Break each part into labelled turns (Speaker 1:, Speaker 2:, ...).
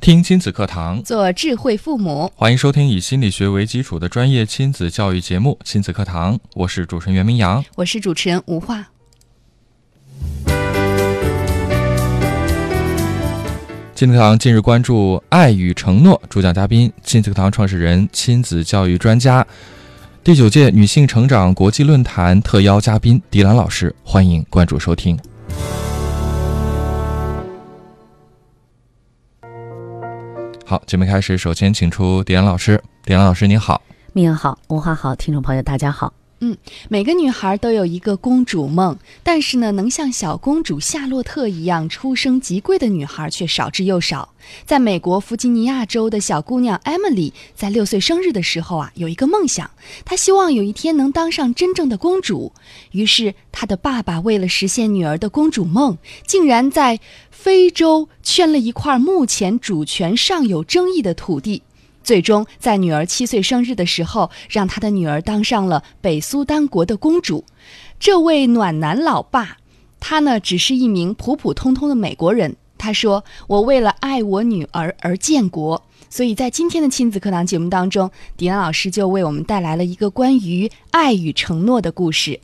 Speaker 1: 听亲子课堂，
Speaker 2: 做智慧父母。
Speaker 1: 欢迎收听以心理学为基础的专业亲子教育节目《亲子课堂》，我是主持人袁明阳。
Speaker 2: 我是主持人吴化。
Speaker 1: 亲子课堂近日关注爱与承诺，主讲嘉宾亲子课堂创始人、亲子教育专家、第九届女性成长国际论坛特邀嘉宾迪兰老师，欢迎关注收听。好，节目开始，首先请出迪兰老师。迪兰老师，您好。
Speaker 3: 明阳好，文化好，听众朋友大家好。
Speaker 2: 每个女孩都有一个公主梦，但是呢，能像小公主夏洛特一样出生极贵的女孩却少之又少。在美国弗吉尼亚州的小姑娘 Emily，在六岁生日的时候啊，有一个梦想，她希望有一天能当上真正的公主。于是，她的爸爸为了实现女儿的公主梦，竟然在非洲圈了一块目前主权尚有争议的土地。最终，在女儿七岁生日的时候，让他的女儿当上了北苏丹国的公主。这位暖男老爸，他呢只是一名普普通通的美国人。他说：“我为了爱我女儿而建国。”所以在今天的亲子课堂节目当中，迪安老师就为我们带来了一个关于爱与承诺的故事。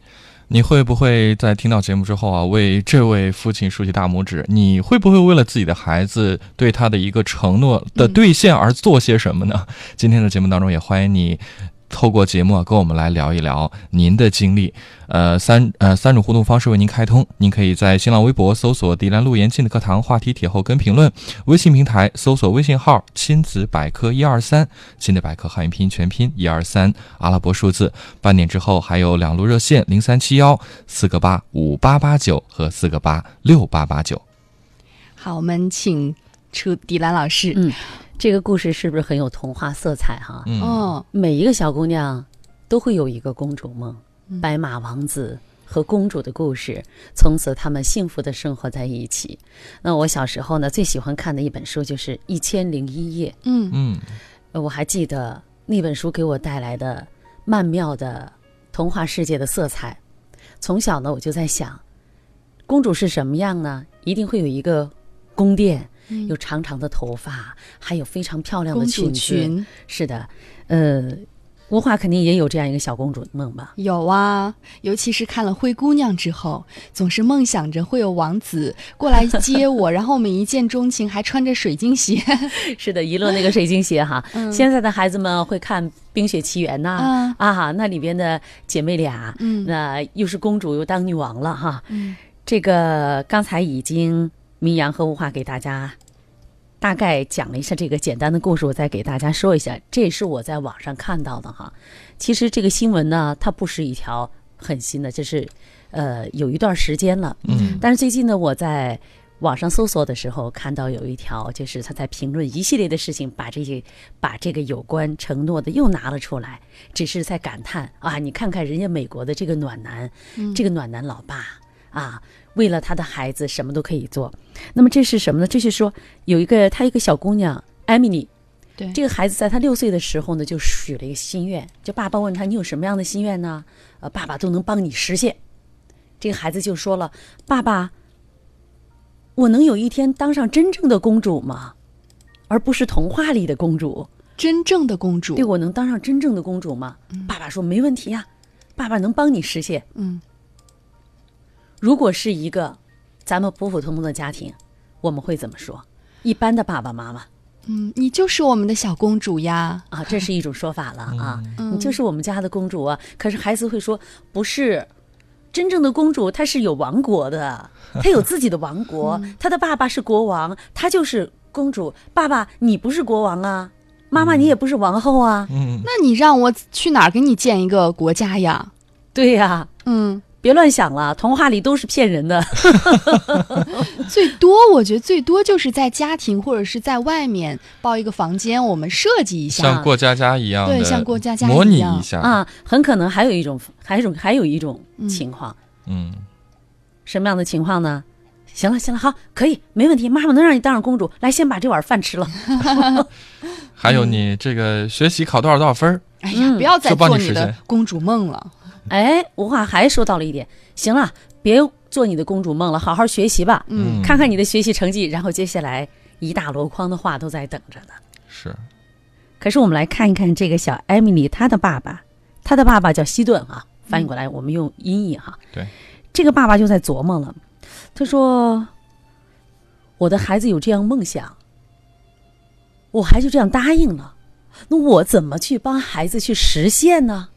Speaker 1: 你会不会在听到节目之后啊，为这位父亲竖起大拇指？你会不会为了自己的孩子对他的一个承诺的兑现而做些什么呢？今天的节目当中，也欢迎你透过节目啊，跟我们来聊一聊您的经历。呃，三呃三种互动方式为您开通，您可以在新浪微博搜索“迪兰路言亲子课堂”话题帖后跟评论，微信平台搜索微信号“亲子百科一二三”，亲子百科汉语拼音全拼一二三阿拉伯数字。半点之后还有两路热线零三七幺四个八五八八九和四个八六八八九。
Speaker 2: 好，我们请出迪兰老师。
Speaker 3: 嗯这个故事是不是很有童话色彩哈？
Speaker 1: 嗯，
Speaker 2: 哦，
Speaker 3: 每一个小姑娘都会有一个公主梦，
Speaker 2: 嗯
Speaker 3: 白马王子和公主的故事，从此他们幸福的生活在一起。那我小时候呢，最喜欢看的一本书就是《一千零一夜
Speaker 2: 嗯
Speaker 1: 嗯，》，
Speaker 3: 呃我还记得那本书给我带来的曼妙的童话世界的色彩。从小呢，我就在想，公主是什么样呢？一定会有一个宫殿，
Speaker 2: 嗯
Speaker 3: 有长长的头发，还有非常漂亮的
Speaker 2: 公主
Speaker 3: 裙子。
Speaker 2: 裙
Speaker 3: 是的，呃，文化肯定也有这样一个小公主梦吧？
Speaker 2: 有啊，尤其是看了《灰姑娘》之后，总是梦想着会有王子过来接我，然后我们一见钟情，还穿着水晶鞋。
Speaker 3: 是的，一路那个水晶鞋哈，
Speaker 2: 嗯
Speaker 3: 现在的孩子们会看《冰雪奇缘》呐、
Speaker 2: 啊，
Speaker 3: 啊哈，那里边的姐妹俩，
Speaker 2: 嗯
Speaker 3: 那又是公主又当女王了哈。
Speaker 2: 嗯
Speaker 3: 这个刚才已经明阳和文化给大家。大概讲了一下这个简单的故事，我再给大家说一下，这也是我在网上看到的哈。其实这个新闻呢，它不是一条很新的，这是呃有一段时间了。
Speaker 1: 嗯
Speaker 3: 但是最近呢，我在网上搜索的时候看到有一条，就是他在评论一系列的事情，把这些把这个有关承诺的又拿了出来，只是在感叹啊，你看看人家美国的这个暖男，这个暖男老爸啊。为了他的孩子，什么都可以做。那么这是什么呢？这是说有一个她一个小姑娘艾米丽，
Speaker 2: 对
Speaker 3: 这个孩子在她六岁的时候呢，就许了一个心愿，就爸爸问他你有什么样的心愿呢？呃，爸爸都能帮你实现。这个孩子就说了：“爸爸，我能有一天当上真正的公主吗？而不是童话里的公主。
Speaker 2: 真正的公主
Speaker 3: 对。我能当上真正的公主吗？”爸爸说：“没问题呀、爸爸能帮你实现。
Speaker 2: 嗯
Speaker 3: 如果是一个咱们普普通通的家庭，我们会怎么说？一般的爸爸妈妈
Speaker 2: 嗯，你就是我们的小公主呀。
Speaker 3: 啊，这是一种说法了啊。
Speaker 2: 嗯，
Speaker 3: 你就是我们家的公主啊。可是孩子会说，不是，真正的公主她是有王国的，她有自己的王国，她的爸爸是国王，她就是公主。爸爸，你不是国王啊，妈妈你也不是王后啊，
Speaker 1: 嗯
Speaker 2: 那你让我去哪儿给你建一个国家呀？
Speaker 3: 对呀、
Speaker 2: 嗯
Speaker 3: 别乱想了，童话里都是骗人的。
Speaker 2: 最多我觉得最多就是在家庭或者是在外面包一个房间，我们设计一下，
Speaker 1: 像过家家一样的，
Speaker 2: 对，像过家家
Speaker 1: 模拟
Speaker 2: 样
Speaker 1: 一。下，
Speaker 3: 啊，很可能还有一种，还有一种，还有一种情况，
Speaker 1: 嗯，
Speaker 3: 什么样的情况呢？行了，行了，好，可以，没问题，妈妈能让你当上公主，来，先把这碗饭吃了。
Speaker 1: 还有你这个学习考多少多少分儿，
Speaker 2: 哎呀，
Speaker 3: 嗯
Speaker 2: 不要再
Speaker 1: 就帮
Speaker 2: 做
Speaker 1: 你
Speaker 2: 你
Speaker 1: 实
Speaker 2: 的
Speaker 1: 现
Speaker 2: 公主梦了。
Speaker 3: 哎，吴话还说到了一点，行了，别做你的公主梦了，好好学习吧，
Speaker 2: 嗯
Speaker 1: 嗯，
Speaker 3: 看看你的学习成绩，然后接下来一大箩筐的话都在等着呢。
Speaker 1: 是，
Speaker 3: 可是我们来看一看这个小艾米丽，她的爸爸，她的爸爸叫希顿啊，翻译过来我们用音译哈。
Speaker 1: 对，
Speaker 3: 这个爸爸就在琢磨了，他说：“我的孩子有这样梦想，我还就这样答应了，那我怎么去帮孩子去实现呢？”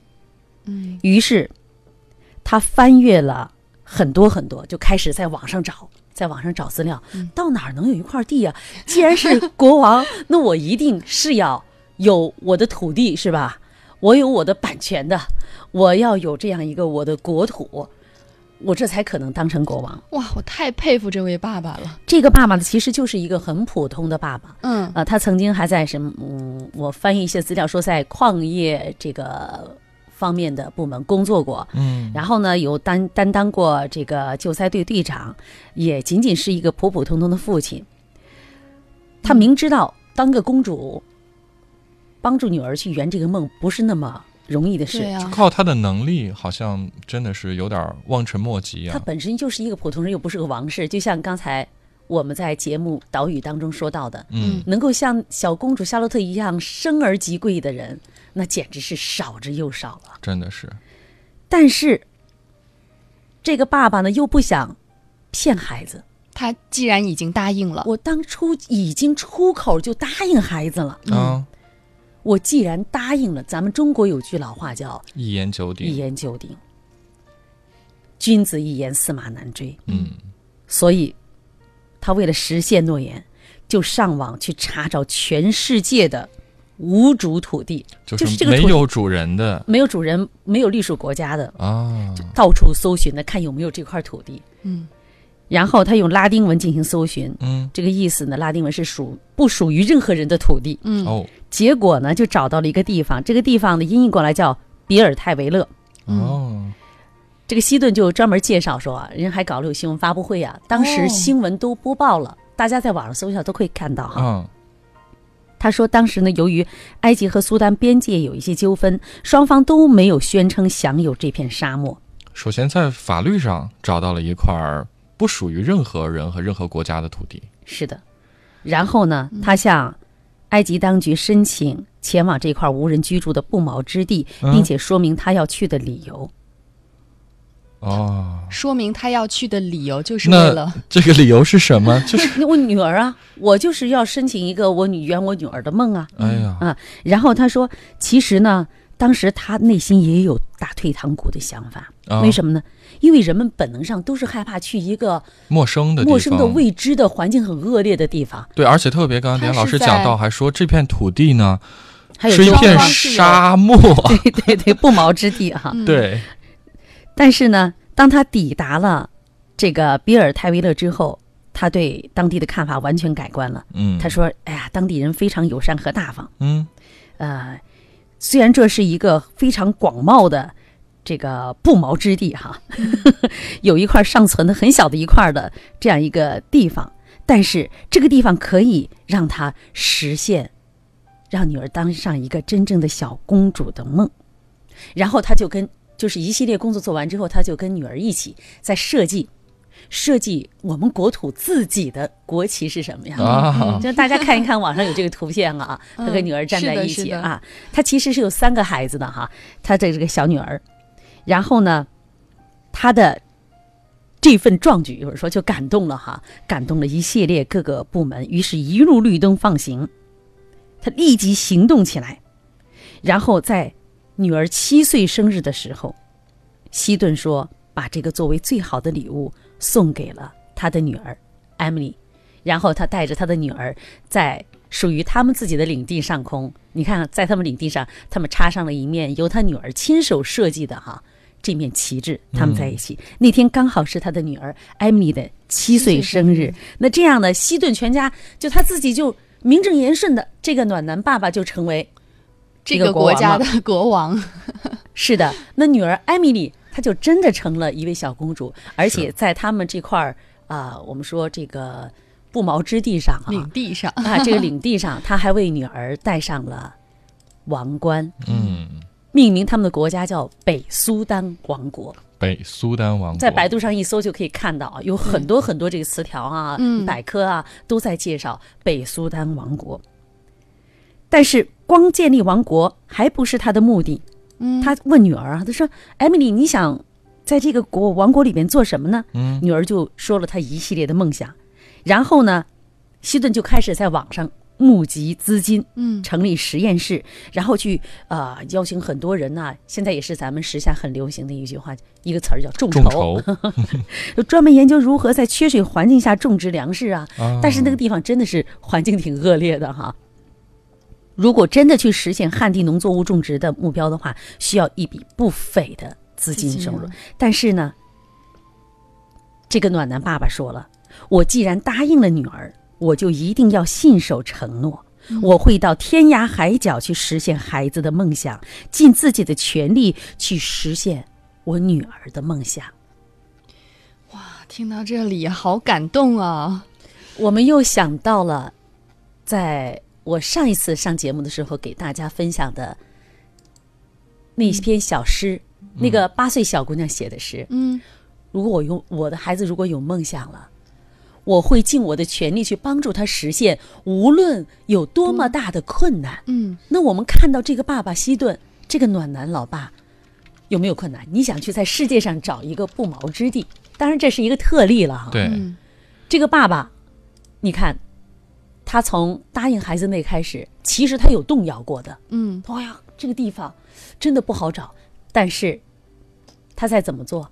Speaker 2: 嗯，
Speaker 3: 于是，他翻阅了很多很多，就开始在网上找，在网上找资料，到哪儿能有一块地呀、 既然是国王，那我一定是要有我的土地，是吧？我有我的版权的，我要有这样一个我的国土，我这才可能当成国王。
Speaker 2: 哇，我太佩服这位爸爸了。
Speaker 3: 这个爸爸呢，其实就是一个很普通的爸爸，
Speaker 2: 嗯
Speaker 3: 呃，他曾经还在什么，嗯，我翻译一些资料说，在矿业这个方面的部门工作过，
Speaker 1: 嗯，
Speaker 3: 然后呢，有担担当过这个救灾队队长，也仅仅是一个普普通通的父亲。他明知道当个公主，帮助女儿去圆这个梦不是那么容易的事
Speaker 2: 对。呀、啊
Speaker 1: 靠他的能力，好像真的是有点儿望尘莫及
Speaker 3: 他
Speaker 1: 啊。
Speaker 3: 本身就是一个普通人，又不是个王室。就像刚才我们在节目《岛屿》当中说到的，
Speaker 1: 嗯，
Speaker 3: 能够像小公主夏洛特一样生而即贵的人，那简直是少之又少了。
Speaker 1: 真的是，
Speaker 3: 但是，这个爸爸呢，又不想骗孩子。
Speaker 2: 他既然已经答应了，
Speaker 3: 我当初已经出口就答应孩子了，
Speaker 1: 啊，
Speaker 3: 我既然答应了，咱们中国有句老话叫
Speaker 1: 一言九
Speaker 3: 一
Speaker 1: 鼎，
Speaker 3: 言九鼎，君子一言驷马难追。
Speaker 1: 嗯，
Speaker 3: 所以，他为了实现诺言，就上网去查找全世界的无主土地，
Speaker 1: 就
Speaker 3: 就是
Speaker 1: 是
Speaker 3: 这个
Speaker 1: 没
Speaker 3: 土
Speaker 1: 有主人的
Speaker 3: 没有主人、没有隶属国家的，
Speaker 1: 啊，
Speaker 3: 到处搜寻的，看有没有这块土地。
Speaker 2: 嗯，
Speaker 3: 然后他用拉丁文进行搜寻，
Speaker 1: 嗯，
Speaker 3: 这个意思呢，拉丁文是属不属于任何人的土地。
Speaker 2: 嗯，
Speaker 1: 哦，
Speaker 3: 结果呢，就找到了一个地方，这个地方呢音译过来叫比尔泰维勒。
Speaker 2: 嗯
Speaker 1: 哦，
Speaker 3: 这个希顿就专门介绍说啊，人还搞了有新闻发布会啊，当时
Speaker 2: 哦
Speaker 3: 新闻都播报了，大家在网上搜一下都可以看到哈。
Speaker 1: 啊，
Speaker 3: 他说，当时呢，由于埃及和苏丹边界有一些纠纷，双方都没有宣称享有这片沙漠。
Speaker 1: 首先在法律上找到了一块儿不属于任何人和任何国家的土地，
Speaker 3: 是的，然后呢，
Speaker 1: 嗯
Speaker 3: 他向埃及当局申请前往这块无人居住的不毛之地，
Speaker 1: 嗯
Speaker 3: 并且说明他要去的理由。
Speaker 1: 哦，
Speaker 2: 说明他要去的理由就是为
Speaker 1: 那
Speaker 2: 了
Speaker 1: 这个理由是什 么？就是，
Speaker 3: 那 我女儿啊，我就是要申请一个我女圆我女儿的梦啊。
Speaker 1: 哎呀，
Speaker 3: 然后他说，其实呢，当时他内心也有打退堂鼓的想法，
Speaker 1: 啊
Speaker 3: 为什么呢？因为人们本能上都是害怕去一个
Speaker 1: 陌生的地方
Speaker 3: 陌生的未知的环境、很恶劣的地方，
Speaker 1: 对，而且特别刚才
Speaker 2: 它
Speaker 1: 老
Speaker 2: 是
Speaker 1: 师
Speaker 2: 在
Speaker 1: 讲到，还说这片土地呢
Speaker 3: 还有
Speaker 1: 是一
Speaker 3: 这
Speaker 2: 双
Speaker 1: 片
Speaker 2: 方是有
Speaker 1: 沙漠，
Speaker 3: 对 对对不毛之地哈、
Speaker 2: 嗯
Speaker 1: 对，
Speaker 3: 但是呢，当他抵达了这个比尔泰维勒之后，他对当地的看法完全改观了。
Speaker 1: 嗯，
Speaker 3: 他说：“哎呀，当地人非常友善和大方。”
Speaker 1: 嗯，
Speaker 3: 呃，虽然这是一个非常广袤的这个不毛之地哈， 有一块尚存的很小的一块的这样一个地方，但是这个地方可以让他实现，让女儿当上一个真正的小公主的梦。然后他就跟就是一系列工作做完之后，他就跟女儿一起在设计。设计我们国土自己的国旗是什么样的？
Speaker 1: 啊，
Speaker 3: 就大家看一看网上有这个图片 啊，他
Speaker 2: 嗯
Speaker 3: 跟女儿站在一
Speaker 2: 是的
Speaker 3: 起
Speaker 2: 是的
Speaker 3: 啊，他其实是有三个孩子的哈，他的这个小女儿，然后呢，他的这份壮举，有人说就感动了哈，感动了一系列各个部门，于是一路绿灯放行，他立即行动起来，然后在女儿七岁生日的时候，希顿说把这个作为最好的礼物送给了他的女儿艾米丽，然后他带着他的女儿在属于他们自己的领地上空，你看，在他们领地上，他们插上了一面由他女儿亲手设计的哈、这面旗帜，他们在一起。那天刚好是他的女儿艾米丽的七岁生日，那这样呢，西顿全家就他自己就名正言顺的这个暖男爸爸就成为
Speaker 2: 这
Speaker 3: 个
Speaker 2: 个
Speaker 3: 国
Speaker 2: 国
Speaker 3: 王
Speaker 2: 家
Speaker 3: 嘛
Speaker 2: 的国王，
Speaker 3: 是的，那女儿艾米丽，她就真的成了一位小公主，而且在他们这块儿啊、我们说这个不毛之地上啊，
Speaker 2: 领地上。
Speaker 3: 啊，这个领地上，她还为女儿戴上了王冠，
Speaker 1: 嗯，
Speaker 3: 命名他们的国家叫北苏丹王国。
Speaker 1: 北苏丹王国
Speaker 3: 在百度上一搜就可以看到啊，有很多很多这个词条啊、
Speaker 2: 嗯
Speaker 3: 百科啊都在介绍北苏丹王国。
Speaker 2: 嗯
Speaker 3: 但是光建立王国还不是他的目的，
Speaker 2: 嗯
Speaker 3: 他问女儿啊，他说：“艾米丽，你想在这个国王国里面做什么呢？”
Speaker 1: 嗯
Speaker 3: 女儿就说了她一系列的梦想，然后呢，希顿就开始在网上募集资金，
Speaker 2: 嗯
Speaker 3: 成立实验室，然后去啊、呃邀请很多人呐、现在也是咱们时下很流行的一句话，一个词儿叫众筹，
Speaker 1: 众筹，
Speaker 3: 就专门研究如何在缺水环境下种植粮食啊。
Speaker 1: 啊
Speaker 3: 但是那个地方真的是环境挺恶劣的哈。如果真的去实现旱地农作物种植的目标的话，需要一笔不菲的资金啊收入。但是呢，这个暖男爸爸说了，我既然答应了女儿，我就一定要信守承诺。我会到天涯海角去实现孩子的梦想，尽自己的全力去实现我女儿的梦想。
Speaker 2: 听到这里好感动啊！
Speaker 3: 我们又想到了，在我上一次上节目的时候给大家分享的那一篇小诗，那个八岁小姑娘写的诗。
Speaker 2: 嗯，
Speaker 3: 如果我有我的孩子如果有梦想了，我会尽我的全力去帮助他实现，无论有多么大的困难。
Speaker 2: 嗯，
Speaker 3: 那我们看到这个爸爸西顿，这个暖男老爸，有没有困难？你想去在世界上找一个不毛之地，当然这是一个特例了哈。
Speaker 1: 对，
Speaker 2: 嗯
Speaker 3: 这个爸爸，你看，他从答应孩子那开始，其实他有动摇过的。
Speaker 2: 嗯
Speaker 3: 哎呀，这个地方真的不好找，但是他在怎么做？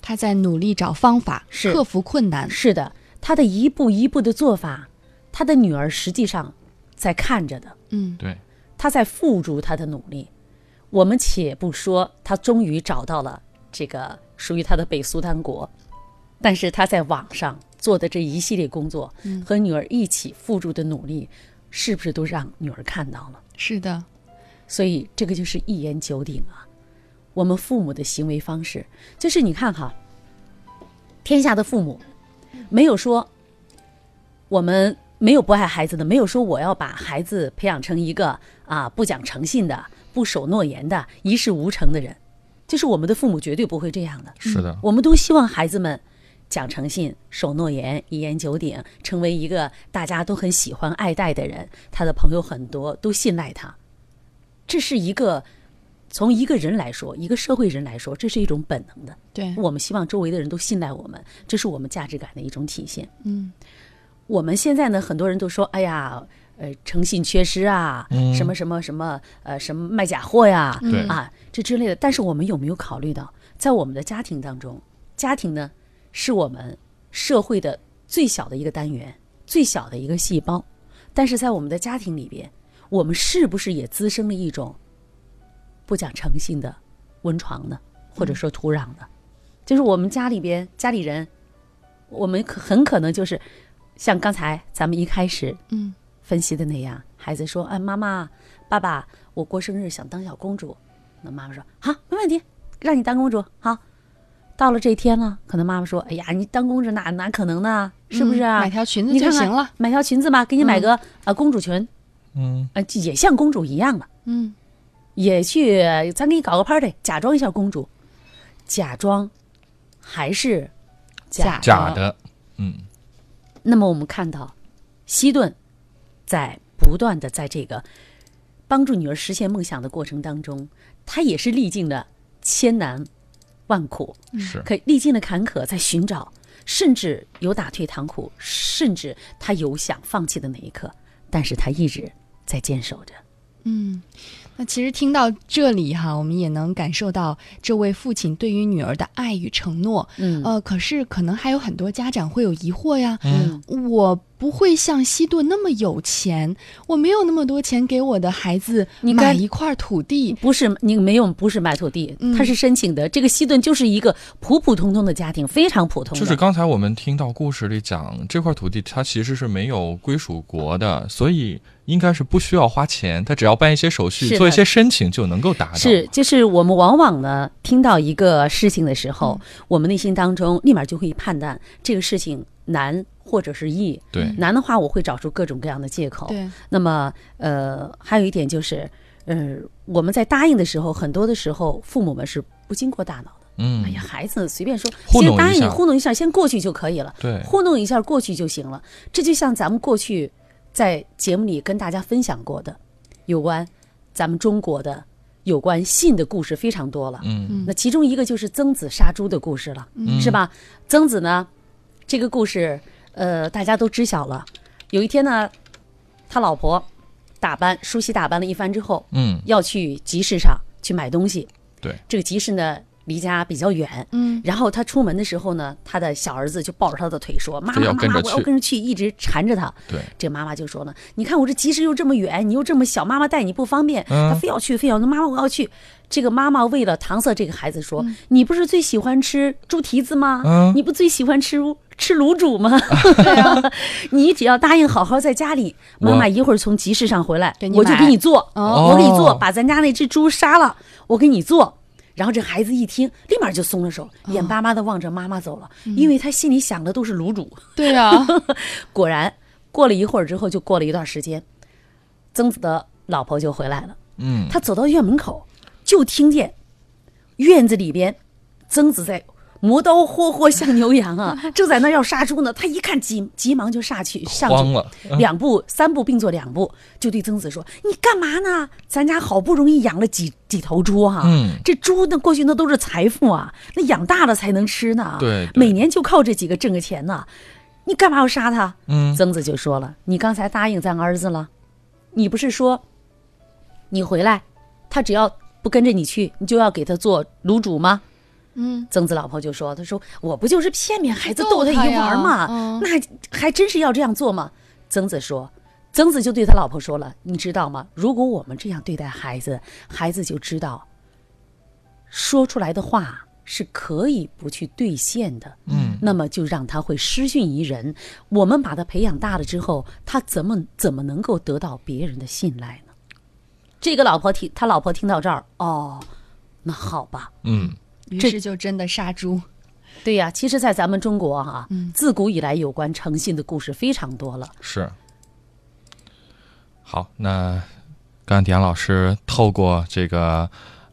Speaker 2: 他在努力找方法
Speaker 3: 是
Speaker 2: 克服困难。
Speaker 3: 是的，他的一步一步的做法，他的女儿实际上在看着的，
Speaker 2: 嗯
Speaker 1: 对，
Speaker 3: 他在付诸他的努力。我们且不说他终于找到了这个属于他的北苏丹国，但是他在网上做的这一系列工作，和女儿一起付出的努力，是不是都让女儿看到了？
Speaker 2: 是的，
Speaker 3: 所以这个就是一言九鼎啊。我们父母的行为方式，就是你看哈，天下的父母没有说我们没有不爱孩子的，没有说我要把孩子培养成一个啊不讲诚信的、不守诺言的、一事无成的人，就是我们的父母绝对不会这样的。
Speaker 1: 是的，
Speaker 3: 我们都希望孩子们讲诚信、守诺言、一言九鼎，成为一个大家都很喜欢爱戴的人。他的朋友很多，都信赖他。这是一个从一个人来说，一个社会人来说，这是一种本能的。
Speaker 2: 对，
Speaker 3: 我们希望周围的人都信赖我们，这是我们价值感的一种体现。
Speaker 2: 嗯，
Speaker 3: 我们现在呢，很多人都说，哎呀。呃，诚信缺失啊，什么什么什么，呃，什么卖假货呀，
Speaker 1: 对
Speaker 3: 啊，这之类的。但是我们有没有考虑到，在我们的家庭当中，家庭呢是我们社会的最小的一个单元，最小的一个细胞。但是在我们的家庭里边，我们是不是也滋生了一种不讲诚信的温床呢？或者说土壤呢？就是我们家里边家里人，我们可很可能就是像刚才咱们一开始
Speaker 2: 嗯
Speaker 3: 分析的那样，孩子说：“哎，妈妈，爸爸，我过生日想当小公主。”那妈妈说：“好，没问题，让你当公主。”好，到了这一天了，可能妈妈说：“哎呀，你当公主哪哪可能呢？是不是啊？
Speaker 2: 嗯买条裙子
Speaker 3: 你
Speaker 2: 就
Speaker 3: 看看
Speaker 2: 行了。
Speaker 3: 买条裙子吧，给你买个、呃公主裙，
Speaker 1: 嗯，
Speaker 3: 呃也像公主一样了。”
Speaker 2: 嗯
Speaker 3: 也去，咱给你搞个 party，假装一下公主，假装还是
Speaker 2: 假
Speaker 1: 假的，嗯，
Speaker 3: 那么我们看到，西顿在不断的在这个帮助女儿实现梦想的过程当中，他也是历尽了千难万苦，
Speaker 1: 是
Speaker 3: 可历尽了坎坷，在寻找，甚至有打退堂鼓，甚至他有想放弃的那一刻，但是他一直在坚守着。
Speaker 2: 嗯，那其实听到这里哈，我们也能感受到这位父亲对于女儿的爱与承诺。
Speaker 3: 嗯
Speaker 2: 呃，可是可能还有很多家长会有疑惑呀，
Speaker 3: 嗯
Speaker 2: 我不会像西顿那么有钱，我没有那么多钱给我的孩子
Speaker 3: 你
Speaker 2: 买
Speaker 3: 该
Speaker 2: 一块土地。
Speaker 3: 不是你没有，不是买土地，
Speaker 2: 嗯
Speaker 3: 他是申请的。这个西顿就是一个普普通通的家庭，非常普通的。
Speaker 1: 就是刚才我们听到故事里讲，这块土地它其实是没有归属国的，所以应该是不需要花钱，他只要办一些手
Speaker 3: 是
Speaker 1: 续，
Speaker 3: 的
Speaker 1: 做一些申请就能够达到。
Speaker 3: 是，就是我们往往呢听到一个事情的时
Speaker 1: 嗯
Speaker 3: 候，我们内心当中立马就会判断这个事情难或者是易。
Speaker 1: 对，
Speaker 3: 难的话，我会找出各种各样的借口。
Speaker 2: 对，
Speaker 3: 那么，呃，还有一点就是，呃，我们在答应的时候，很多的时候父母们是不经过大脑的。
Speaker 1: 嗯
Speaker 3: 哎，呀，孩子随便说，
Speaker 1: 糊弄
Speaker 3: 先答应
Speaker 1: 一
Speaker 3: 你
Speaker 1: 下
Speaker 3: 糊弄一下，先过去就可以了。
Speaker 1: 对，
Speaker 3: 糊弄一下过去就行了。这就像咱们过去在节目里跟大家分享过的，有关咱们中国的有关信的故事非常多了。
Speaker 1: 嗯
Speaker 3: 那其中一个就是曾子杀猪的故事了，
Speaker 1: 嗯，
Speaker 3: 是？吧？曾子呢，这个故事呃大家都知晓了。有一天呢，他老婆打扮梳洗打扮了一番之后，
Speaker 1: 嗯，
Speaker 3: 要去集市上去买东西。
Speaker 1: 对，
Speaker 3: 这个集市呢离家比较远，
Speaker 2: 嗯，
Speaker 3: 然后他出门的时候呢，他的小儿子就抱着他的腿说：“妈
Speaker 1: 非要
Speaker 3: 妈，妈
Speaker 1: 跟
Speaker 3: 妈，
Speaker 1: 着
Speaker 3: 我要
Speaker 1: 去
Speaker 3: 跟着去，一直缠着他。”
Speaker 1: 对，
Speaker 3: 这妈妈就说呢：“你看我这集市又这么远，你又这么小，妈妈带你不方便，
Speaker 1: 嗯
Speaker 3: 他非要去，非要那妈妈我要去。”这个妈妈为了搪塞这个孩子说：“
Speaker 2: 嗯
Speaker 3: 你不是最喜欢吃猪蹄子吗？
Speaker 1: 嗯
Speaker 3: 你不最喜欢吃吃卤煮 吗？啊你只要答应好好在家里，妈妈
Speaker 1: 我
Speaker 3: 一会儿从集市上回来
Speaker 2: 给，你
Speaker 3: 我就
Speaker 2: 买
Speaker 3: 给你做，
Speaker 1: 哦
Speaker 3: 我给你做，把咱家那只猪杀了，我给你做。”然后这孩子一听，立马就松了手，眼巴巴的望着妈妈走了，
Speaker 2: 嗯
Speaker 3: 因为他心里想的都是卤煮。
Speaker 2: 对啊呀、
Speaker 3: 果然，过了一会儿之后，就过了一段时间，曾子的老婆就回来了。
Speaker 1: 嗯，
Speaker 3: 他走到院门口，就听见院子里边曾子在磨刀霍霍像牛羊啊， 正在那要杀猪呢。他一看急，急忙就下去上
Speaker 1: 慌
Speaker 3: 去
Speaker 1: 了，嗯
Speaker 3: 两步三步并作两步，就对曾子说：“你干嘛呢？咱家好不容易养了几几头猪哈、
Speaker 1: 嗯
Speaker 3: 这猪那过去那都是财富啊，那养大了才能吃呢，
Speaker 1: 对对
Speaker 3: 每年就靠这几个挣个钱呢，你干嘛要杀它？”
Speaker 1: 嗯，
Speaker 3: 曾子就说了：“你刚才答应咱儿子了，你不是说你回来，他只要不跟着你去，你就要给他做卤煮吗？”
Speaker 2: 嗯，
Speaker 3: 曾子老婆就说：“他说我不就是骗骗 孩子
Speaker 2: 逗
Speaker 3: 逗他
Speaker 2: 他
Speaker 3: 一
Speaker 2: 呀
Speaker 3: 玩嘛，
Speaker 2: 嗯
Speaker 3: 那还还真是要这样做吗？”曾子说。曾子就对他老婆说了：“你知道吗？如果我们这样对待孩子，孩子就知道说出来的话是可以不去兑现的。
Speaker 1: 嗯，
Speaker 3: 那么就让他会失训于人。我们把他培养大了之后，他怎么怎么能够得到别人的信赖呢？这个老婆听他老婆听到这儿，哦，那好吧，
Speaker 1: 嗯，
Speaker 2: 于
Speaker 3: 这
Speaker 2: 是就真的杀猪。
Speaker 3: 对呀、嗯其实，在咱们中国哈、啊自古以来有关诚信的故事非常多了。
Speaker 1: 是。好，那刚才迪安老师透过这个，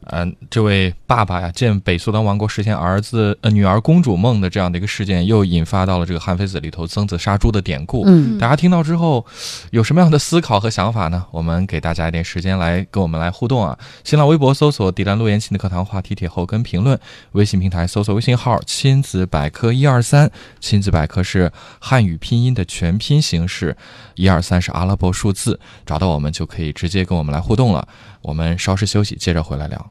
Speaker 1: 嗯、这位爸爸呀，见北苏丹王国实现儿子呃女儿公主梦的这样的一个事件，又引发到了这个《韩非子》里头曾子杀猪的典故。
Speaker 3: 嗯
Speaker 1: 大家听到之后有什么样的思考和想法呢？我们给大家一点时间来跟我们来互动啊！新浪微博搜索“迪兰路言亲子课堂”话题帖后跟评论，微信平台搜索微信号“亲子百科一二三”，亲子百科是汉语拼音的全拼形式，一二三是阿拉伯数字，找到我们就可以直接跟我们来互动了。我们稍事休息，接着回来聊。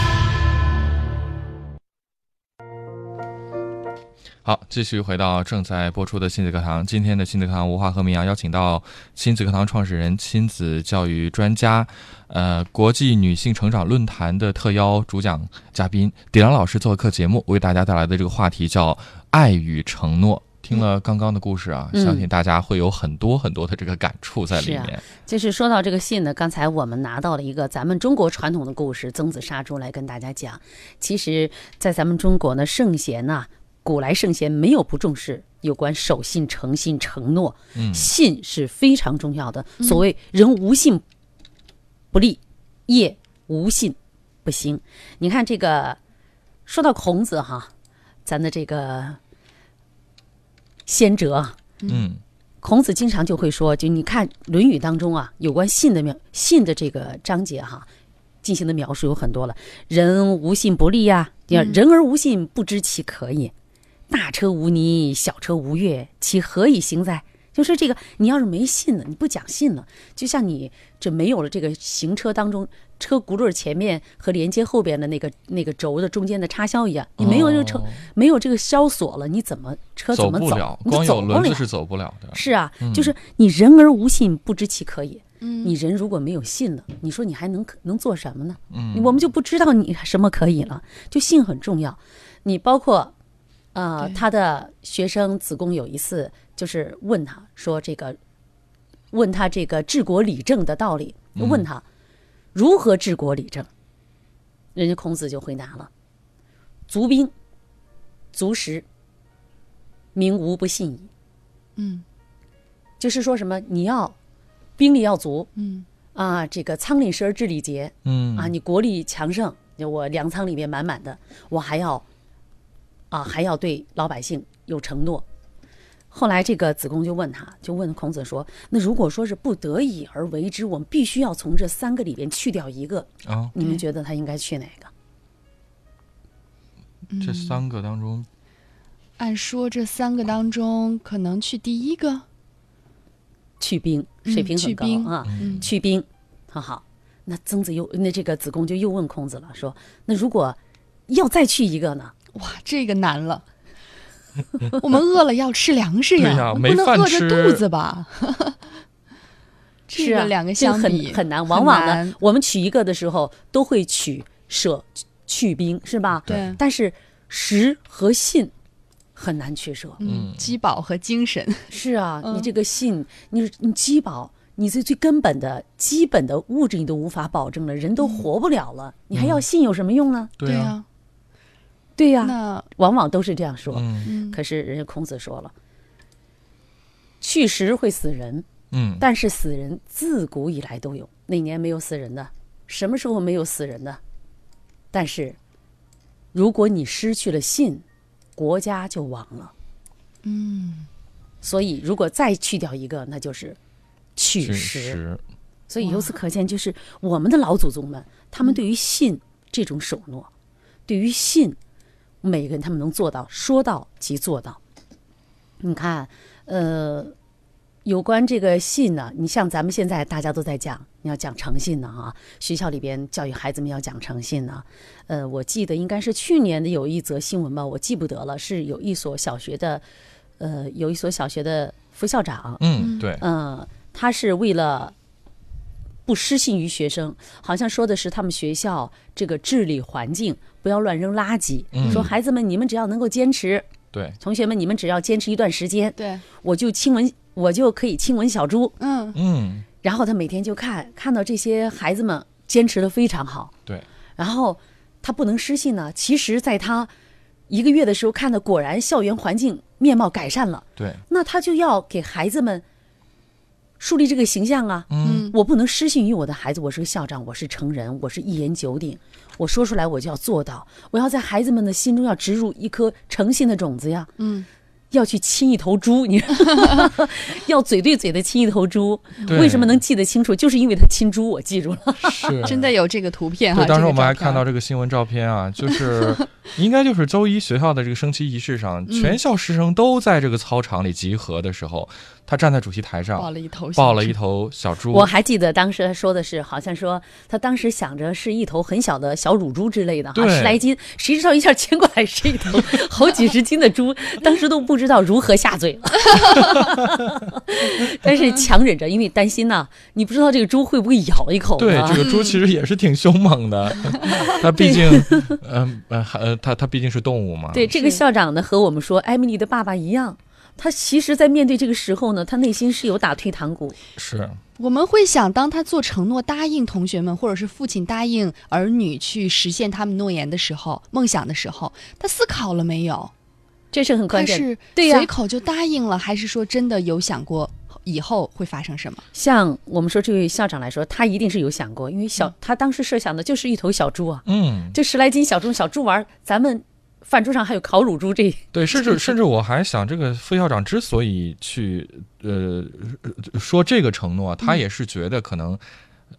Speaker 1: 好，继续回到正在播出的亲子课堂。今天的亲子课堂无话和明阳邀请到亲子课堂创始人、亲子教育专家，呃，国际女性成长论坛的特邀主讲嘉宾迪兰老师做客节目，为大家带来的这个话题叫“爱与承诺”。听了刚刚的故事啊，
Speaker 3: 嗯
Speaker 1: 相信大家会有很多很多的这个感触在里
Speaker 3: 是啊
Speaker 1: 面。
Speaker 3: 就是说到这个信呢，刚才我们拿到了一个咱们中国传统的故事《曾子杀猪》来跟大家讲。其实，在咱们中国呢，圣贤呐、古来圣贤没有不重视有关守信、诚信、承诺。
Speaker 1: 嗯
Speaker 3: 信是非常重要的。所谓“人无信不立，业无信不兴”。你看这个，说到孔子哈，咱的这个先哲啊，
Speaker 1: 嗯
Speaker 3: 孔子经常就会说，就你看《论语》当中啊，有关信的描信的这个章节哈、进行的描述有很多了。人无信不立呀、第
Speaker 1: 嗯
Speaker 3: 二，人而无信，不知其可也。大车无泥，小车无月，其何以行哉？就是这个，你要是没信了，你不讲信了，就像你这没有了这个行车当中车轱辘前面和连接后边的那个那个轴的中间的插销一样，你没有这个车、
Speaker 1: 哦
Speaker 3: 没有这个销锁了，你怎么车怎
Speaker 1: 走
Speaker 3: 么
Speaker 1: 不
Speaker 3: 走？
Speaker 1: 了，
Speaker 3: 你
Speaker 1: 光
Speaker 3: 走
Speaker 1: 有
Speaker 3: 不
Speaker 1: 轮子
Speaker 3: 了
Speaker 1: 是走不了的。嗯
Speaker 3: 是啊，就是你人而无信，不知其可也。
Speaker 2: 嗯
Speaker 3: 你人如果没有信了，你说你还能能做什么呢？
Speaker 1: 嗯，
Speaker 3: 我们就不知道你什么可以了。就信很重要。你包括，呃，
Speaker 2: 对
Speaker 3: 他的学生子贡有一次就是问他说这个，问他这个治国理政的道理，
Speaker 1: 嗯
Speaker 3: 问他如何治国理政，人家孔子就回答了：足兵，足食，民无不信矣。
Speaker 2: 嗯
Speaker 3: 就是说什么你要兵力要足
Speaker 2: 嗯
Speaker 3: 啊，这个仓廪实而知礼节，
Speaker 1: 嗯
Speaker 3: 啊，你国力强盛，就我粮仓里面满满的，我还要啊，还要对老百姓有承诺。后来这个子贡就问他，就问孔子说：“那如果说是不得已而为之，我们必须要从这三个里边去掉一个，
Speaker 1: 啊，
Speaker 3: 你们
Speaker 2: 对
Speaker 3: 觉得他应该去哪个
Speaker 1: 这三个当中，
Speaker 2: 按说这三个当中，可能去第一个，？”
Speaker 3: 去兵，水
Speaker 2: 嗯
Speaker 3: 平很
Speaker 2: 去
Speaker 3: 高、
Speaker 2: 兵
Speaker 3: 啊，
Speaker 2: 嗯
Speaker 3: 去兵，很好。那曾子又，那这个子贡就又问孔子了，说：“那如果要再去一个呢？
Speaker 2: 哇，啊这个难了。我们饿了要吃粮食
Speaker 1: 对呀
Speaker 2: 呀，
Speaker 1: 没
Speaker 2: 不能
Speaker 1: 饭
Speaker 2: 饿
Speaker 1: 吃
Speaker 2: 着肚子吧？
Speaker 3: 是
Speaker 2: 这
Speaker 3: 啊
Speaker 2: 个两个
Speaker 3: 这
Speaker 2: 相
Speaker 3: 很
Speaker 2: 比
Speaker 3: 很难。往往呢
Speaker 2: 难，
Speaker 3: 我们取一个的时候都会取舍去兵，是吧？
Speaker 2: 对嗯
Speaker 3: 但是食和信很难取舍。
Speaker 2: 嗯
Speaker 1: 嗯，
Speaker 2: 饥饱和精神，
Speaker 3: 是啊，你
Speaker 2: 嗯
Speaker 3: 这个信，你你饥饱，你最最根本的基本的物质你都无法保证了，
Speaker 2: 嗯
Speaker 3: 人都活不了了，你还要信有什么用呢？
Speaker 1: 对啊呀，
Speaker 2: 呀。
Speaker 3: 对呀、
Speaker 2: 那
Speaker 3: 往往都是这样说。
Speaker 1: 嗯
Speaker 2: 嗯
Speaker 3: 可是人家孔子说了，去食会死人。
Speaker 1: 嗯，
Speaker 3: 但是死人自古以来都有，哪年没有死人的？什么时候没有死人的？但是，如果你失去了信，国家就亡了。
Speaker 2: 嗯，
Speaker 3: 所以，如果再去掉一个，那就是去
Speaker 1: 确
Speaker 3: 世。
Speaker 1: 实，
Speaker 3: 所以由此可见，就是我们的老祖宗们，他们对于信这种守诺，对于信，每个人他们能做到，说到即做到。你看，呃，有关这个信呢，你像咱们现在大家都在讲，你要讲诚信呢啊，学校里边教育孩子们要讲诚信呢。呃，我记得应该是去年的有一则新闻吧，我记不得了，是有一所小学的，呃，有一所小学的副校长，
Speaker 1: 嗯，对，
Speaker 3: 嗯，他是为了不失信于学生，好像说的是他们学校这个治理环境不要乱扔垃圾，
Speaker 1: 嗯
Speaker 3: 说孩子们你们只要能够坚持，
Speaker 1: 对，
Speaker 3: 同学们你们只要坚持一段时间，
Speaker 2: 对，
Speaker 3: 我就亲吻我就可以亲吻小猪。
Speaker 2: 嗯
Speaker 1: 嗯，
Speaker 3: 然后他每天就看看到这些孩子们坚持的非常好，
Speaker 1: 对，
Speaker 3: 然后他不能失信呢。其实，在他一个月的时候看的，果然校园环境面貌改善了，
Speaker 1: 对，
Speaker 3: 那他就要给孩子们树立这个形象啊。
Speaker 1: 嗯，
Speaker 3: 我不能失信于我的孩子，我是个校长，我是成人，我是一言九鼎，我说出来我就要做到，我要在孩子们的心中要植入一颗诚信的种子呀，
Speaker 2: 嗯，
Speaker 3: 要去亲一头猪，你 要嘴对嘴的亲一头猪，
Speaker 1: 对
Speaker 3: 嗯为什么能记得清楚？就是因为他亲猪，我记住了。
Speaker 1: 是
Speaker 2: 真的有这个图片哈。
Speaker 1: 对，当时
Speaker 2: 这个
Speaker 1: 我们还
Speaker 2: 照片
Speaker 1: 看到这个新闻照片啊，就是 应该就是周一学校的这个升旗仪式上，全校师生都在这个操场里集合的时候，他站在主席台
Speaker 2: 抱
Speaker 1: 上，
Speaker 2: 了一头，
Speaker 1: 抱了一，头小猪
Speaker 3: 我，还记得当时说的是，好像说他当时想着是一头很小的小乳猪之类的哈，
Speaker 1: 对
Speaker 3: 十来斤，谁知道一下牵过来是一头好几十斤的猪，当时都不知道如何下 嘴 了。但是强忍着，因为担心呐、你不知道这个猪会不会咬一口
Speaker 1: 对，
Speaker 3: 呢
Speaker 1: 这？个猪其实也是挺凶猛的，它毕竟，嗯呃还呃，它它毕竟是动物嘛，
Speaker 3: 对，这个
Speaker 2: 是
Speaker 3: 校长呢和我们说，哎艾米丽的爸爸一样。他其实，在面对这个时候呢，他内心是有打退堂鼓。
Speaker 1: 是，
Speaker 2: 我们会想，当他做承诺、答应同学们，或者是父亲答应儿女去实现他们诺言的时候、梦想的时候，他思考了没有？
Speaker 3: 这是很
Speaker 2: 他
Speaker 3: 关键的。
Speaker 2: 是
Speaker 3: 对呀
Speaker 2: 随口就答应了，还是说真的有想过以后会发生什么？
Speaker 3: 像我们说这位校长来说，他一定是有想过，因为小、他当时设想的就是一头小猪啊，
Speaker 1: 嗯，
Speaker 3: 这十来斤小猪小猪丸儿，咱们饭桌上还有烤乳猪这，
Speaker 1: 对，甚至甚至我还想，这个副校长之所以去呃说这个承诺，
Speaker 3: 嗯
Speaker 1: 他也是觉得可能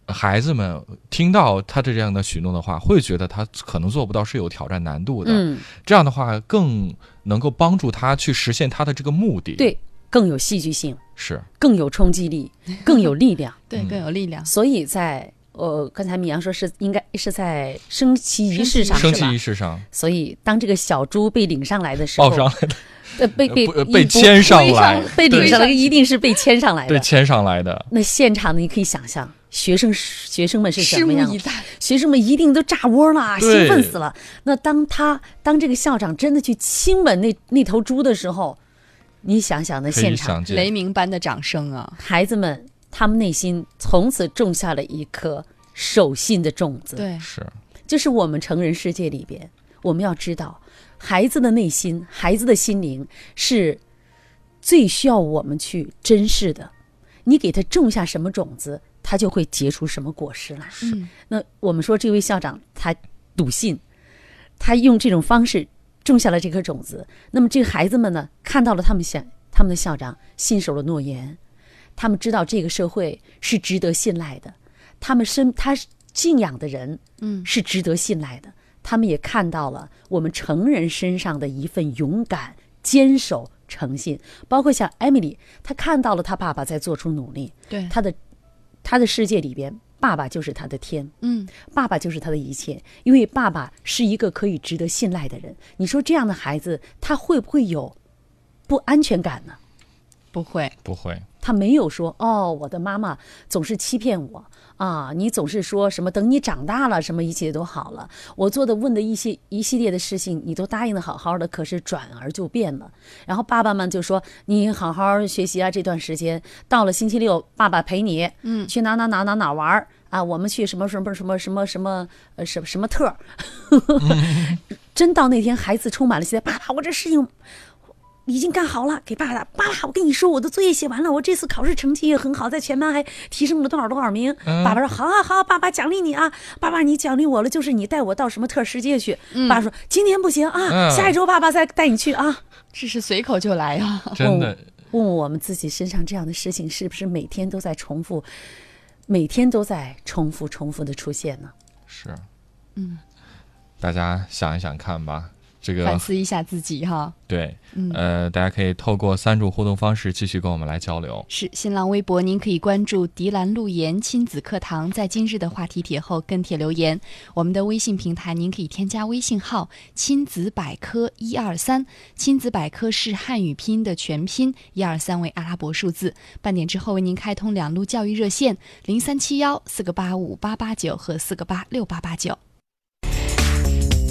Speaker 1: 孩子们听到他这样的许诺的话，会觉得他可能做不到，是有挑战难度的。
Speaker 3: 嗯，
Speaker 1: 这样的话，更能够帮助他去实现他的这个目的。
Speaker 3: 对，更有戏剧性，
Speaker 1: 是
Speaker 3: 更有冲击力，更有力 量。
Speaker 2: 对，更有力量。
Speaker 3: 所以在呃，刚才米阳说是应该是在升旗仪式上
Speaker 1: 升
Speaker 3: 是吧
Speaker 1: 旗仪式上
Speaker 3: 所以当这个小猪被领上来的时候，
Speaker 1: 抱上来的，
Speaker 3: 呃被被
Speaker 1: 不呃
Speaker 3: 一
Speaker 1: 被
Speaker 3: 不
Speaker 1: 牵上来
Speaker 3: 被
Speaker 1: 对
Speaker 3: 领上来一定是被牵上来
Speaker 1: 对
Speaker 3: 的。
Speaker 1: 牵上 来的，
Speaker 3: 那现场呢，你可以想象学生学生们是什
Speaker 2: 拭
Speaker 3: 么
Speaker 2: 目
Speaker 3: 样
Speaker 2: 以
Speaker 3: 的，
Speaker 2: 待，
Speaker 3: 学生们一定都炸窝了，啊兴
Speaker 1: 对
Speaker 3: 奋死了。那当他当这个校长真的去亲吻那那头猪的时候，你想想那
Speaker 1: 可
Speaker 3: 现
Speaker 1: 以
Speaker 3: 场
Speaker 1: 想见
Speaker 2: 雷鸣般的掌声啊！
Speaker 3: 孩子们，他们内心从此种下了一颗守信的种子。
Speaker 2: 对，
Speaker 1: 是
Speaker 3: 就是我们成人世界里边，我们要知道，孩子的内心、孩子的心灵是最需要我们去珍视的。你给他种下什么种子，他就会结出什么果实来。
Speaker 2: 嗯，
Speaker 3: 那我们说，这位校长他笃信，他用这种方式种下了这颗种子。那么，这个孩子们呢，看到了他们校他们的校长信守了诺言，他们知道这个社会是值得信赖的，他们身他信仰的人，
Speaker 2: 嗯
Speaker 3: 是值得信赖的。他们也看到了我们成人身上的一份勇敢、坚守、诚信，包括像艾米丽，她看到了她爸爸在做出努力，
Speaker 2: 对，
Speaker 3: 她的她的世界里边，爸爸就是她的天。
Speaker 2: 嗯，
Speaker 3: 爸爸就是他的一切，因为爸爸是一个可以值得信赖的人。你说这样的孩子，他会不会有不安全感呢？
Speaker 2: 不会，
Speaker 1: 不会
Speaker 3: 他没有说哦，我的妈妈总是欺骗我啊，你总是说什么等你长大了，什么一切都好了。我做的问的一些一系列的事情，你都答应的好好的，可是转而就变了。然后爸爸们就说你好好学习啊，这段时间到了星期六，爸爸陪你，嗯，去哪哪哪哪哪玩儿啊，我们去什么什么什么什么什么呃什么什么特儿。真到那天，孩子充满了期待，爸爸，我这事情已经干好了，给爸爸。爸爸，我跟你说，我的作业写完了，我这次考试成绩也很好，在全班还提升了多少多少名。爸爸说：“好好好，爸爸奖励你啊！爸爸，你奖励我了，就是你带我到什么特世界去。爸爸说：“今天不行啊，
Speaker 1: 嗯
Speaker 3: 下一周爸爸再带你去啊。
Speaker 2: 这是随口就来呀、
Speaker 3: 哦
Speaker 2: 啊。
Speaker 1: 真的
Speaker 3: 问问我们自己身上这样的事情，是不是每天都在重复，每天都在重复重复的出现呢？
Speaker 1: 是，嗯，大家想一想看吧，这
Speaker 3: 啊
Speaker 2: 反
Speaker 1: 个
Speaker 2: 思一下自己哈，
Speaker 1: 对，呃，大家可以透过三种互动方式继续跟我们来交流。
Speaker 2: 是新浪微博，您可以关注“迪兰路言亲子课堂”，在今日的话题帖后跟帖留言。我们的微信平台，您可以添加微信号“亲子百科一二三”，亲子百科是汉语拼音的全拼，一二三为阿拉伯数字。半点之后为您开通两路教育热线零三七幺四个八五八八九和四个八六八 八九。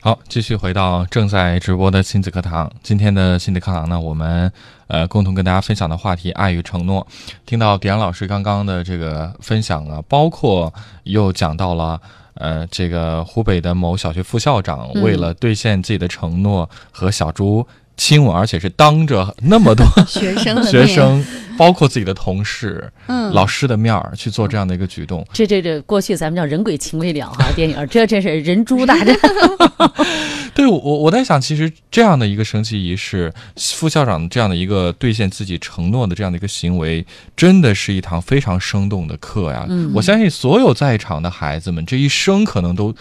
Speaker 1: 好，继续回到正在直播的亲子课堂。今天的亲子课堂呢，我们呃共同跟大家分享的话题“爱与承诺”。听到迪安老师刚刚的这个分享啊，包括又讲到了呃这个湖北的某小学副校长
Speaker 3: 嗯
Speaker 1: 为了兑现自己的承诺和小猪亲吻，而且是当着那么多
Speaker 2: 学生的
Speaker 1: 学
Speaker 2: 面，
Speaker 1: 生，包括自己的同事、
Speaker 2: 嗯，
Speaker 1: 老师的面儿去做这样的一个举动。
Speaker 3: 这这这，过去咱们叫人鬼情未了哈、电影这这是人猪大 战。
Speaker 1: 对我，我在想，其实这样的一个升旗仪式，副校长这样的一个兑现自己承诺的这样的一个行为，真的是一堂非常生动的课呀。
Speaker 3: 嗯
Speaker 1: 我相信所有在场的孩子们，这一生可能都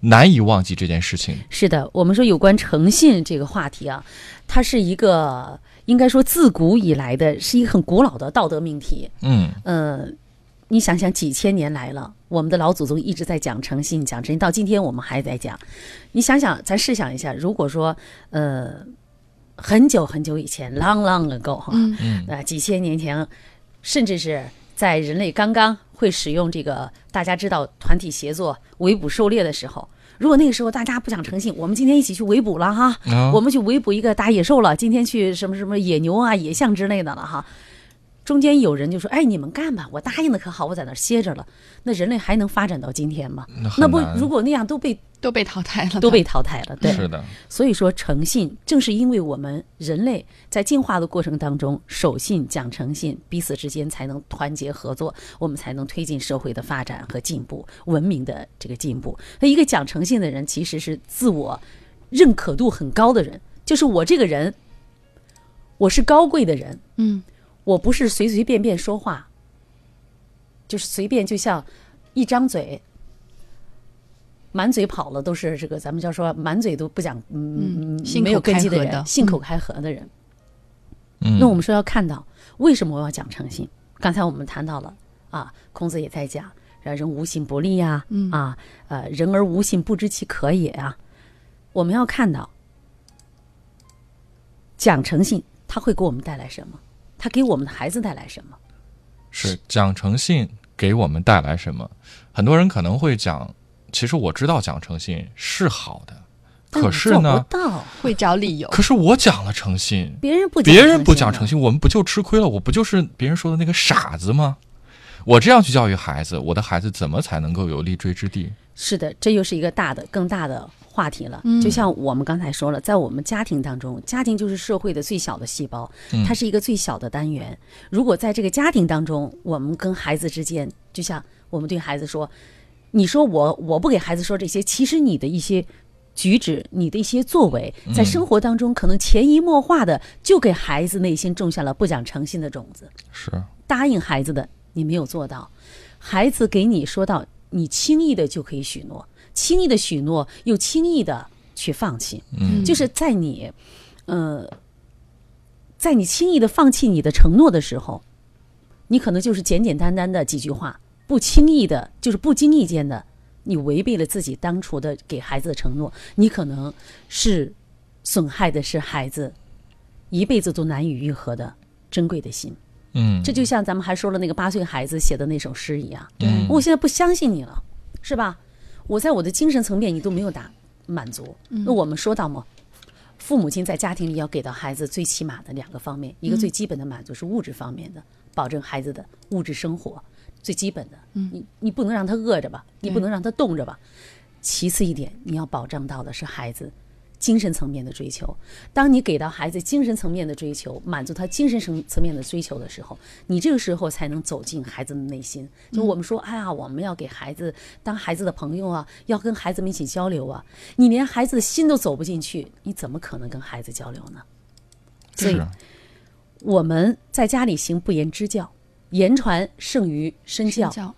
Speaker 1: 难以忘记这件事情。
Speaker 3: 是的，我们说有关诚信这个话题啊，它是一个应该说自古以来的，是一个很古老的道德命题。
Speaker 1: 嗯，
Speaker 3: 呃，你想想，几千年来了，我们的老祖宗一直在讲诚信，讲诚信，到今天我们还在讲。你想想，咱试想一下，如果说呃，很久很久以前，long long ago 哈，
Speaker 2: 嗯
Speaker 1: 嗯
Speaker 3: 呃，几千年前，甚至是在人类刚刚会使用这个大家知道团体协作、围捕狩猎的时候。如果那个时候大家不讲诚信，我们今天一起去围捕了哈，
Speaker 1: 啊
Speaker 3: 我们去围捕一个大野兽了，今天去什么什么野牛啊、野象之类的了哈。中间有人就说：“哎，你们干吧，我答应的可好，我在那儿歇着了。”那人类还能发展到今天吗？
Speaker 1: 那很
Speaker 3: 那不，
Speaker 1: 难
Speaker 3: 如果那样都被
Speaker 2: 都被淘汰了，
Speaker 3: 都被淘汰了。对，
Speaker 1: 是的，
Speaker 3: 所以说诚信，正是因为我们人类在进化的过程当中，守信、讲诚信，彼此之间才能团结合作，我们才能推进社会的发展和进步，文明的这个进步。那一个讲诚信的人，其实是自我认可度很高的人，就是我这个人，我是高贵的人，
Speaker 2: 嗯，
Speaker 3: 我不是随随便便说话，就是随便，就像一张嘴，满嘴跑了都是这个，咱们叫说满嘴都不讲，嗯，
Speaker 2: 嗯信口
Speaker 3: 没有根基
Speaker 2: 开河
Speaker 3: 人，
Speaker 2: 的
Speaker 3: 信口开河的人。
Speaker 1: 嗯，
Speaker 3: 那我们说要看到为什么我要讲诚信？刚才我们谈到了啊，孔子也在讲，啊人无信不立呀、啊，呃，人而无信，不知其可也啊。我们要看到讲诚信，它会给我们带来什么？它给我们的孩子带来什么？
Speaker 1: 是讲诚信给我们带来什么？很多人可能会讲，其实我知道讲诚信是好的，
Speaker 3: 但我
Speaker 1: 可
Speaker 3: 们
Speaker 1: 是
Speaker 3: 做
Speaker 1: 呢，
Speaker 3: 不到，
Speaker 2: 会找理由。
Speaker 1: 可是我讲了诚信，
Speaker 3: 别人不
Speaker 1: 别人不讲诚
Speaker 3: 信
Speaker 1: 信，我们不就吃亏了？我不就是别人说的那个傻子吗？我这样去教育孩子，我的孩子怎么才能够有立锥之地？
Speaker 3: 呢，是的，这又是一个大的、更大的话题了。
Speaker 2: 嗯
Speaker 3: 就像我们刚才说了，在我们家庭当中，家庭就是社会的最小的细胞，
Speaker 1: 嗯
Speaker 3: 它是一个最小的单元。如果在这个家庭当中，我们跟孩子之间，就像我们对孩子说：“你说我我不给孩子说这些，其实你的一些。”举止，你的一些作为，在生活当中可能潜移默化的就给孩子内心种下了不讲诚信的种子。
Speaker 1: 是
Speaker 3: 答应孩子的你没有做到，孩子给你说到，你轻易的就可以许诺，轻易的许诺又轻易的去放弃，
Speaker 1: 嗯
Speaker 3: 就是在你，呃，在你轻易的放弃你的承诺的时候，你可能就是简简单单的几句话，不轻易的，就是不经意间的，你违背了自己当初的给孩子的承诺，你可能是损害的是孩子一辈子都难以愈合的珍贵的心。
Speaker 1: 嗯，
Speaker 3: 这就像咱们还说了那个八岁孩子写的那首诗一样，
Speaker 1: 嗯
Speaker 3: 我现在不相信你了，是吧？我在我的精神层面你都没有达满足。那我们说到嘛，父母亲在家庭里要给到孩子最起码的两个方面，一个最基本的满足是物质方面的，保证孩子的物质生活最基本的，你你不能让他饿着吧，你不能让他冻着吧。其次一点，你要保障到的是孩子精神层面的追求。当你给到孩子精神层面的追求，满足他精神层层面的追求的时候，你这个时候才能走进孩子的内心。就我们说，哎呀，我们要给孩子当孩子的朋友啊，要跟孩子们一起交流啊。你连孩子的心都走不进去，你怎么可能跟孩子交流呢？所以
Speaker 1: 是
Speaker 3: 我们在家里行不言之教，言传胜于身教。
Speaker 2: 叫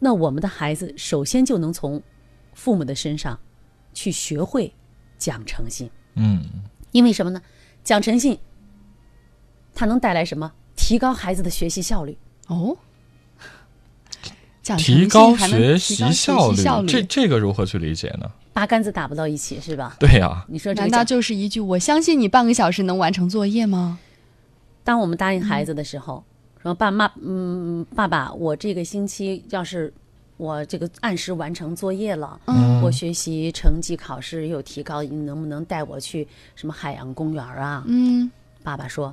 Speaker 3: 那我们的孩子首先就能从父母的身上去学会讲诚信，
Speaker 1: 嗯
Speaker 3: 因为什么呢？讲诚信，它能带来什么？提高孩子的学习效率。
Speaker 2: 哦，讲啊诚
Speaker 1: 提
Speaker 2: 信
Speaker 1: 高
Speaker 2: 还能
Speaker 1: 学
Speaker 2: 提
Speaker 1: 习效
Speaker 2: 高
Speaker 1: 率，
Speaker 2: 效率
Speaker 1: 这这个如何去理解呢？
Speaker 3: 八竿子打不到一起，是吧？
Speaker 1: 对呀、
Speaker 3: 你说这个
Speaker 2: 难道
Speaker 3: 讲，
Speaker 2: 就是一句“我相信你半个小时能完成作业”吗？
Speaker 3: 当我们答应孩子的时候，说爸妈，嗯，爸爸，我这个星期要是我这个按时完成作业了，
Speaker 2: 嗯
Speaker 3: 我学习成绩考试有提高，你能不能带我去什么海洋公园啊？
Speaker 2: 嗯，
Speaker 3: 爸爸说：“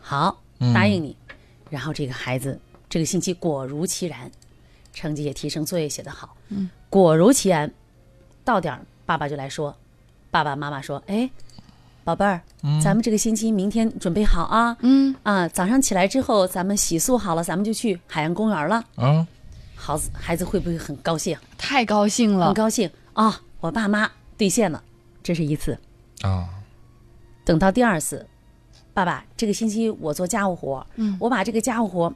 Speaker 3: 好，
Speaker 1: 嗯
Speaker 3: 答应你。然后这个孩子这个星期果如其然，成绩也提升，作业写得好。嗯，果如其然，到点儿爸爸就来说，爸爸妈妈说：“哎，宝贝儿，咱们这个星期明天准备好啊。嗯啊，早上起来之后咱们洗漱好了，咱们就去海洋公园了。
Speaker 1: 啊，
Speaker 3: 好子，孩子会不会很高兴？
Speaker 2: 太高兴
Speaker 3: 很
Speaker 2: 了，
Speaker 3: 高兴啊、我爸妈兑现了，这是一次。
Speaker 1: 啊，
Speaker 3: 等到第二次，爸爸，这个星期我做家务活，嗯，我把这个家务活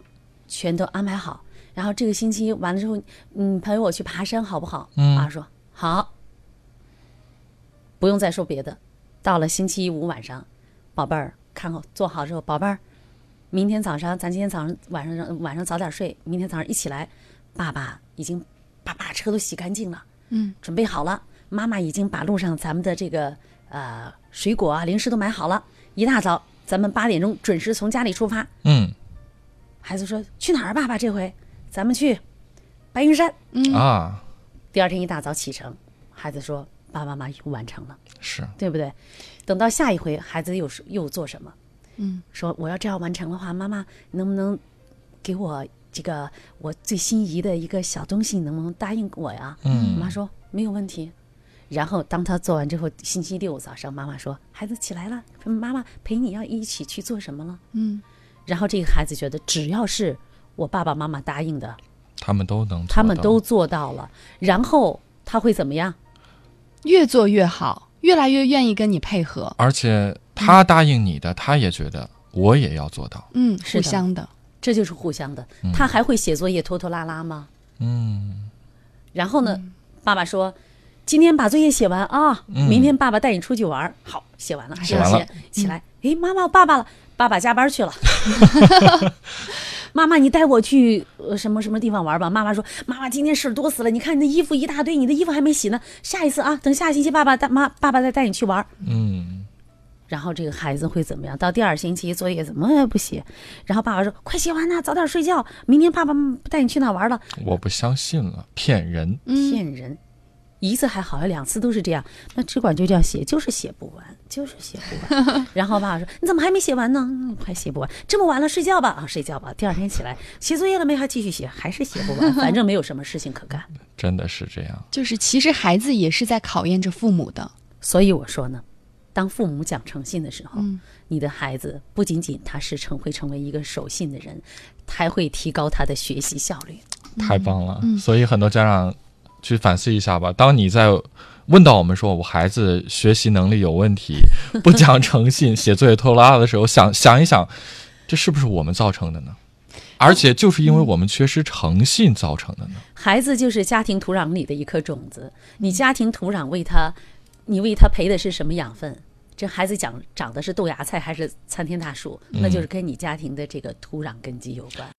Speaker 3: 全都安排好，然后这个星期完了之后，嗯，陪我去爬山好不好？
Speaker 1: 嗯
Speaker 3: 爸说好，不用再说别的。到了星期五晚上，宝贝儿，看好做好之后，宝贝儿，明天早上咱今天早上晚上晚上早点睡，明天早上一起来，爸爸已经把把车都洗干净了，
Speaker 2: 嗯，
Speaker 3: 准备好了，妈妈已经把路上咱们的这个呃水果啊、零食都买好了。一大早咱们八点钟准时从家里出发。
Speaker 1: 嗯
Speaker 3: 孩子说去哪儿啊？爸爸这回咱们去白云山。
Speaker 1: 啊，
Speaker 3: 第二天一大早启程，孩子说爸爸妈妈又完成了，
Speaker 1: 是
Speaker 3: 对不对？等到下一回孩子又是又做什么？
Speaker 2: 嗯
Speaker 3: 说我要这样完成的话，妈妈能不能给我这个我最心仪的一个小东西，能不能答应我呀？
Speaker 1: 嗯
Speaker 3: 我妈说没有问题。然后当他做完之后，星期六早上，妈妈说：“孩子起来了，妈妈陪你要一起去做什么了
Speaker 2: 嗯，？”
Speaker 3: 然后这个孩子觉得，只要是我爸爸妈妈答应的，
Speaker 1: 他们都能做到，
Speaker 3: 他们都做到了。然后他会怎么样？
Speaker 2: 越做越好，越来越愿意跟你配合。
Speaker 1: 而且他答应你的，他也觉得我也要做到。
Speaker 2: 嗯，
Speaker 3: 是的
Speaker 2: 互相的。
Speaker 3: 这就是互相的。他还会写作业拖拖拉拉吗？
Speaker 1: 嗯，
Speaker 3: 然后呢，爸爸说：“今天把作业写完啊，明天爸爸带你出去玩儿。”好，写完了，还
Speaker 1: 嗯写
Speaker 3: 要
Speaker 1: 完
Speaker 3: 写
Speaker 1: 了
Speaker 3: 起来。诶，妈妈，我爸爸了，爸爸加班去 了。妈妈，你带我去呃什么什么地方玩吧？妈妈说：“妈妈，今天事儿多死了，你看你的衣服一大堆，你的衣服还没洗呢。下一次啊，等下星期爸爸带妈爸爸再带你去玩。”
Speaker 1: 嗯，
Speaker 3: 然后这个孩子会怎么样？到第二星期作业怎么也不写，然后爸爸说：“快写完了，早点睡觉，明天爸爸妈妈不带你去哪儿玩了。”
Speaker 1: 我不相信了，骗人。
Speaker 2: 嗯，
Speaker 3: 骗人。一次还好，两次都是这样，那只管就这样写，就是写不完，就是写不完。然后爸爸说：“你怎么还没写完呢？嗯还写不完，这么晚了，睡觉吧啊，睡觉吧。”第二天起来写作业了没？还继续写，还是写不完，反正没有什么事情可干。
Speaker 1: 真的是这样，
Speaker 2: 就是其实孩子也是在考验着父母的。
Speaker 3: 所以我说呢，当父母讲诚信的时候，
Speaker 2: 嗯
Speaker 3: 你的孩子不仅仅他是成会成为一个守信的人，还会提高他的学习效率。
Speaker 1: 太棒了。所以很多家长去反思一下吧。当你在问到我们说我孩子学习能力有问题，不讲诚信，写作业拖拉的时候，想想一想，这是不是我们造成的呢？而且就是因为我们缺失诚信造成的呢？
Speaker 3: 孩子就是家庭土壤里的一颗种子，你家庭土壤为他，你为他培的是什么养分？这孩子长长的是豆芽菜还是参天大树？那就是跟你家庭的这个土壤根基有关。